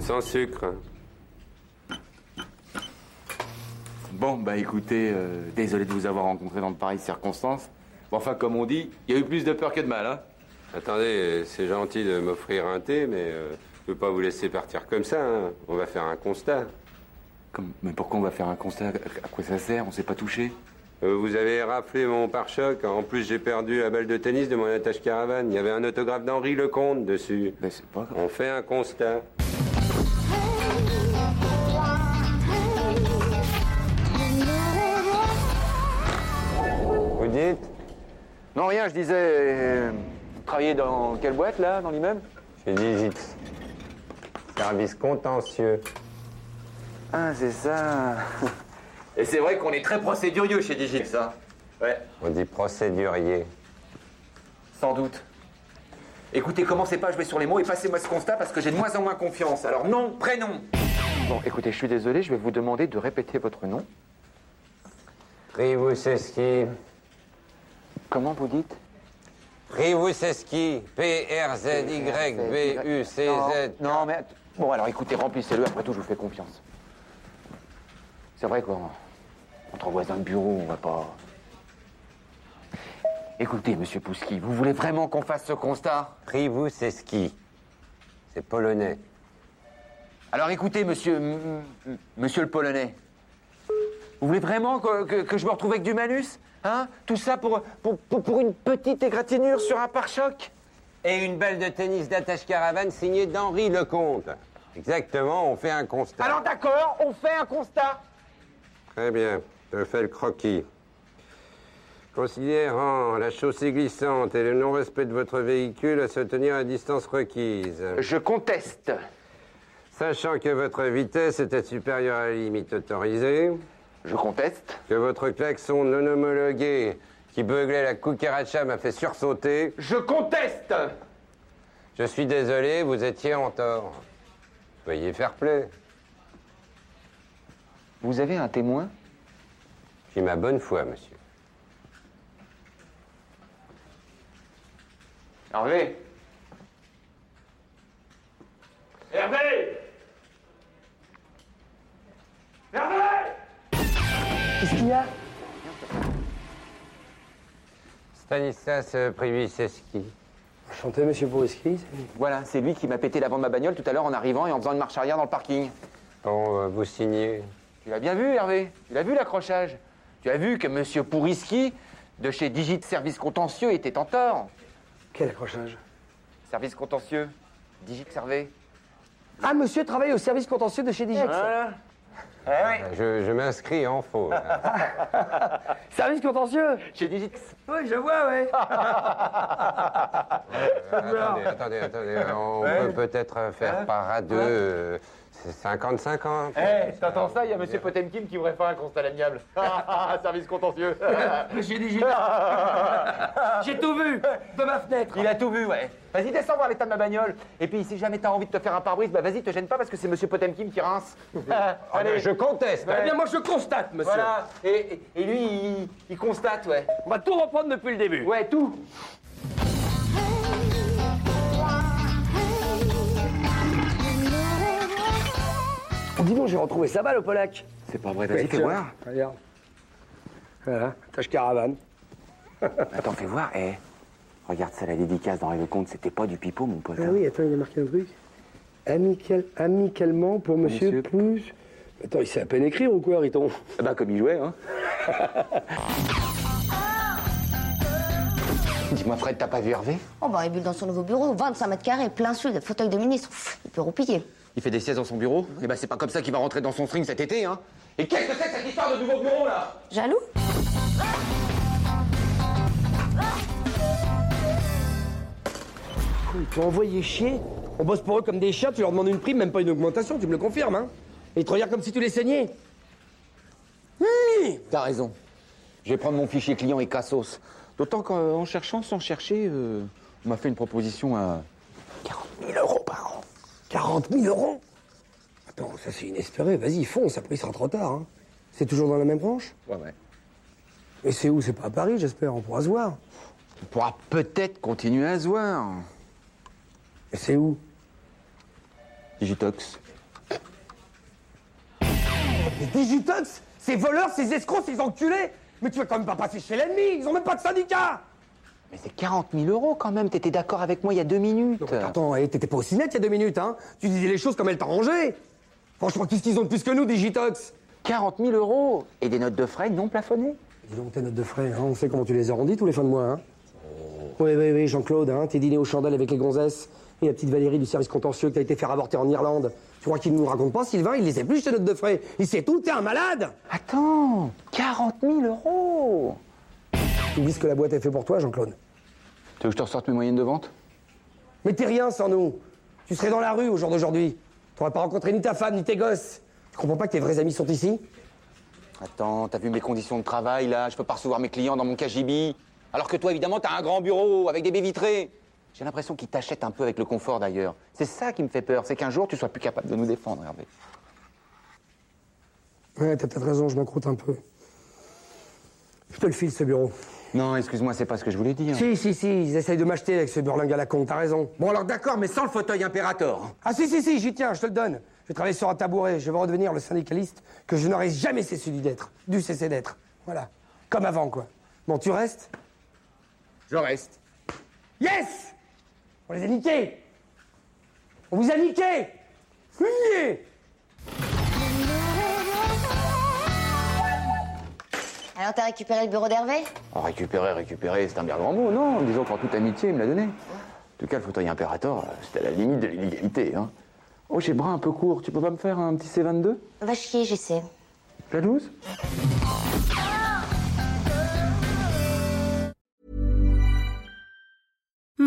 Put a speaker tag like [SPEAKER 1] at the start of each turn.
[SPEAKER 1] Sans sucre.
[SPEAKER 2] Bon, bah écoutez, euh, désolé de vous avoir rencontré dans de pareilles circonstances. Bon, enfin, comme on dit, il y a eu plus de peur que de mal, hein
[SPEAKER 1] Attendez, euh, c'est gentil de m'offrir un thé, mais euh, je ne peux pas vous laisser partir comme ça. hein. On va faire un constat.
[SPEAKER 2] Comme- Mais pourquoi on va faire un constat À quoi ça sert On s'est pas touché
[SPEAKER 1] Euh, vous avez raflé mon pare-choc. En plus, j'ai perdu la balle de tennis de mon attache caravane. Il y avait un autographe d'Henri Lecomte dessus.
[SPEAKER 2] Bah, c'est pas grave.
[SPEAKER 1] On fait un constat. Vous dites
[SPEAKER 2] Non, rien, je disais. euh, vous travaillez dans quelle boîte, là, dans l'immeuble
[SPEAKER 1] J'ai dit vite. Service contentieux.
[SPEAKER 2] Ah, c'est ça. Et c'est vrai qu'on est très procédurieux chez Digit, ça. Ouais,
[SPEAKER 1] On dit procédurier.
[SPEAKER 2] sans doute. Écoutez, commencez pas à jouer sur les mots et passez-moi ce constat parce que j'ai de moins en moins confiance. Alors nom, prénom. Bon, écoutez, je suis désolé, je vais vous demander de répéter votre nom.
[SPEAKER 1] Privuseski.
[SPEAKER 2] Comment vous dites
[SPEAKER 1] Privuseski. P-R-Z-Y-B-U-C-Z.
[SPEAKER 2] Non, mais... Bon, alors écoutez, remplissez-le, après tout, je vous fais confiance. C'est vrai qu'en... Entre voisins de bureau, on va pas... Écoutez, monsieur Pouski, vous voulez vraiment qu'on fasse ce constat
[SPEAKER 1] Privuseski. C'est polonais.
[SPEAKER 2] Alors écoutez, monsieur... m- m- Monsieur le Polonais, vous voulez vraiment que, que- que je me retrouve avec du malus Hein Tout ça pour, pour, pour- pour une petite égratignure sur un pare-choc
[SPEAKER 1] Et une balle de tennis d'attache caravane signée d'Henri Lecomte. Exactement, on fait un constat.
[SPEAKER 2] Alors d'accord, on fait un constat
[SPEAKER 1] Très bien, je fais le croquis. Considérant la chaussée glissante et le non-respect de votre véhicule à se tenir à distance requise,
[SPEAKER 2] Je conteste
[SPEAKER 1] sachant que votre vitesse était supérieure à la limite autorisée,
[SPEAKER 2] Je conteste
[SPEAKER 1] que votre klaxon non homologué qui beuglait la cucaracha m'a fait sursauter,
[SPEAKER 2] Je conteste
[SPEAKER 1] je suis désolé, vous étiez en tort. Veuillez faire play.
[SPEAKER 2] Vous avez un témoin
[SPEAKER 1] J'ai ma bonne foi, monsieur.
[SPEAKER 2] Hervé Hervé Hervé Qu'est-ce qu'il y a
[SPEAKER 1] Stanislas euh, Priviseski.
[SPEAKER 3] Enchanté, monsieur Bouriski.
[SPEAKER 2] Voilà, c'est lui qui m'a pété l'avant de ma bagnole tout à l'heure en arrivant et en faisant une marche arrière dans le parking.
[SPEAKER 1] Bon, euh, vous signez.
[SPEAKER 2] Tu l'as bien vu, Hervé Tu l'as vu l'accrochage Tu as vu que monsieur Pourriski, de chez Digit Service Contentieux, était en tort
[SPEAKER 3] Quel accrochage
[SPEAKER 2] Service Contentieux Digit Servé
[SPEAKER 3] Ah, monsieur travaille au service contentieux de chez Digit.
[SPEAKER 1] Je, je m'inscris en faux. là.
[SPEAKER 3] Service contentieux
[SPEAKER 2] Chez Digit
[SPEAKER 3] Oui, je vois, oui.
[SPEAKER 1] attendez, attendez, attendez. euh, On peut peut-être faire part à deux. euh, C'est 50-50.
[SPEAKER 2] Eh, t'entends ça, il y a monsieur Potemkin qui voudrait faire un constat amiable. Service contentieux.
[SPEAKER 3] Monsieur Digit. J'ai tout vu de ma fenêtre.
[SPEAKER 2] Il a tout vu, ouais. Vas-y, descends voir l'état de ma bagnole. Et puis, si jamais t'as envie de te faire un pare-brise, bah vas-y, te gêne pas parce que c'est monsieur Potemkin qui rince. Ah, Allez,
[SPEAKER 1] Je conteste.
[SPEAKER 3] Ah, Eh bien, moi, je constate, monsieur.
[SPEAKER 2] Voilà. Et, et- et lui, il, il constate, ouais.
[SPEAKER 3] On va tout reprendre depuis le début.
[SPEAKER 2] Ouais, tout.
[SPEAKER 3] Eh, Dis donc, j'ai retrouvé sa balle au Polac.
[SPEAKER 2] C'est pas vrai,
[SPEAKER 3] Tiens, Regarde. Voilà, tâche caravane.
[SPEAKER 2] Attends, fais voir, eh. Regarde ça, la dédicace dans le compte, c'était pas du pipeau, mon pote. hein.
[SPEAKER 3] Ah oui, attends, il a marqué un truc. Amical- amicalement pour monsieur,
[SPEAKER 2] Monsieur.
[SPEAKER 3] Pouce. Attends, il sait à peine écrire ou quoi, Riton
[SPEAKER 2] Bah, comme il jouait, hein. Dis-moi, Fred, t'as pas vu Hervé
[SPEAKER 4] Oh bah, il bulle dans son nouveau bureau, 25 mètres carrés, plein sud, fauteuil de ministre. Pff, il peut roupiller.
[SPEAKER 2] Il fait des siestes dans son bureau Et bah c'est pas comme ça qu'il va rentrer dans son string cet été, hein Et qu'est-ce que c'est que cette histoire de nouveau bureau, là
[SPEAKER 4] Jaloux
[SPEAKER 3] Ils t'ont envoyé chier. On bosse pour eux comme des chiens, tu leur demandes une prime, même pas une augmentation, tu me le confirmes, hein Et ils te regardent comme si tu les saignais.
[SPEAKER 2] T'as raison. Je vais prendre mon fichier client et cassos. D'autant qu'en cherchant sans chercher, euh, on m'a fait une proposition à.
[SPEAKER 3] 1000 euros par an. 40 000 euros Attends, ça c'est inespéré. Vas-y, fonce, après il sera trop tard. hein. C'est toujours dans la même branche
[SPEAKER 2] Ouais, ouais.
[SPEAKER 3] Et c'est où C'est pas à Paris, j'espère, on pourra se voir.
[SPEAKER 2] On pourra peut-être continuer à se voir.
[SPEAKER 3] Et c'est où
[SPEAKER 2] Digitox.
[SPEAKER 3] Les Digitox Ces voleurs, ces escrocs, ces enculés Mais tu vas quand même pas passer chez l'ennemi Ils ont même pas de syndicat
[SPEAKER 2] Mais c'est 40 000 euros quand même, t'étais d'accord avec moi il y a deux minutes.
[SPEAKER 3] Attends, hé, t'étais pas aussi net il y a deux minutes, hein Tu disais les choses comme elles t'arrangeaient Franchement, qu'est-ce qu'ils ont de plus que nous, Digitox
[SPEAKER 2] 40 000 euros et des notes de frais non plafonnées.
[SPEAKER 3] Dis donc, tes notes de frais, hein, on sait comment tu les arrondis tous les fins de mois. Hein. Oui, oui, oui, Jean-Claude, hein, tes dîners aux chandelles avec les gonzesses et la petite Valérie du service contentieux que t'as été faire avorter en Irlande. Tu crois qu'il nous raconte pas, Sylvain Il les épluche, tes notes de frais. Il sait tout, t'es un malade
[SPEAKER 2] Attends, 40 000 euros
[SPEAKER 3] T'oublies ce que la boîte a fait pour toi, Jean-Claude.
[SPEAKER 2] Tu veux que je te ressorte mes moyennes de vente
[SPEAKER 3] Mais t'es rien sans nous. Tu serais dans la rue au jour d'aujourd'hui. T'aurais pas rencontré ni ta femme, ni tes gosses. Tu comprends pas que tes vrais amis sont ici
[SPEAKER 2] Attends, t'as vu mes conditions de travail là Je peux pas recevoir mes clients dans mon KGB. Alors que toi, évidemment, t'as un grand bureau avec des baies vitrées. J'ai l'impression qu'ils t'achètent un peu avec le confort d'ailleurs. C'est ça qui me fait peur, c'est qu'un jour tu sois plus capable de nous défendre, Hervé.
[SPEAKER 3] Ouais, t'as peut-être raison, je m'en croûte un peu. Je te le file, ce bureau.
[SPEAKER 2] Non, excuse-moi, c'est pas ce que je voulais dire.
[SPEAKER 3] Si, si, si, ils essayent de m'acheter avec ce burlingue à la con, t'as raison.
[SPEAKER 2] Bon, alors d'accord, mais sans le fauteuil impérator.
[SPEAKER 3] Ah si, si, si, j'y tiens, je te le donne. Je vais travailler sur un tabouret, je vais redevenir le syndicaliste que je n'aurais jamais cessé d'être, dû cesser d'être. Voilà, comme avant, quoi. Bon, tu restes
[SPEAKER 2] Je reste.
[SPEAKER 3] Yes On les a niqués On vous a niqués Niés
[SPEAKER 4] Alors t'as récupéré le bureau d'Hervé
[SPEAKER 2] Oh, récupérer, récupérer, c'est un bien grand mot, non Disons qu'en toute amitié, il me l'a donné. En tout cas, le fauteuil impérator, euh, c'était à la limite de l'illégalité, hein. Oh, j'ai le bras un peu court, tu peux pas me faire un petit C22
[SPEAKER 4] Va chier, j'essaie.
[SPEAKER 2] Jalouse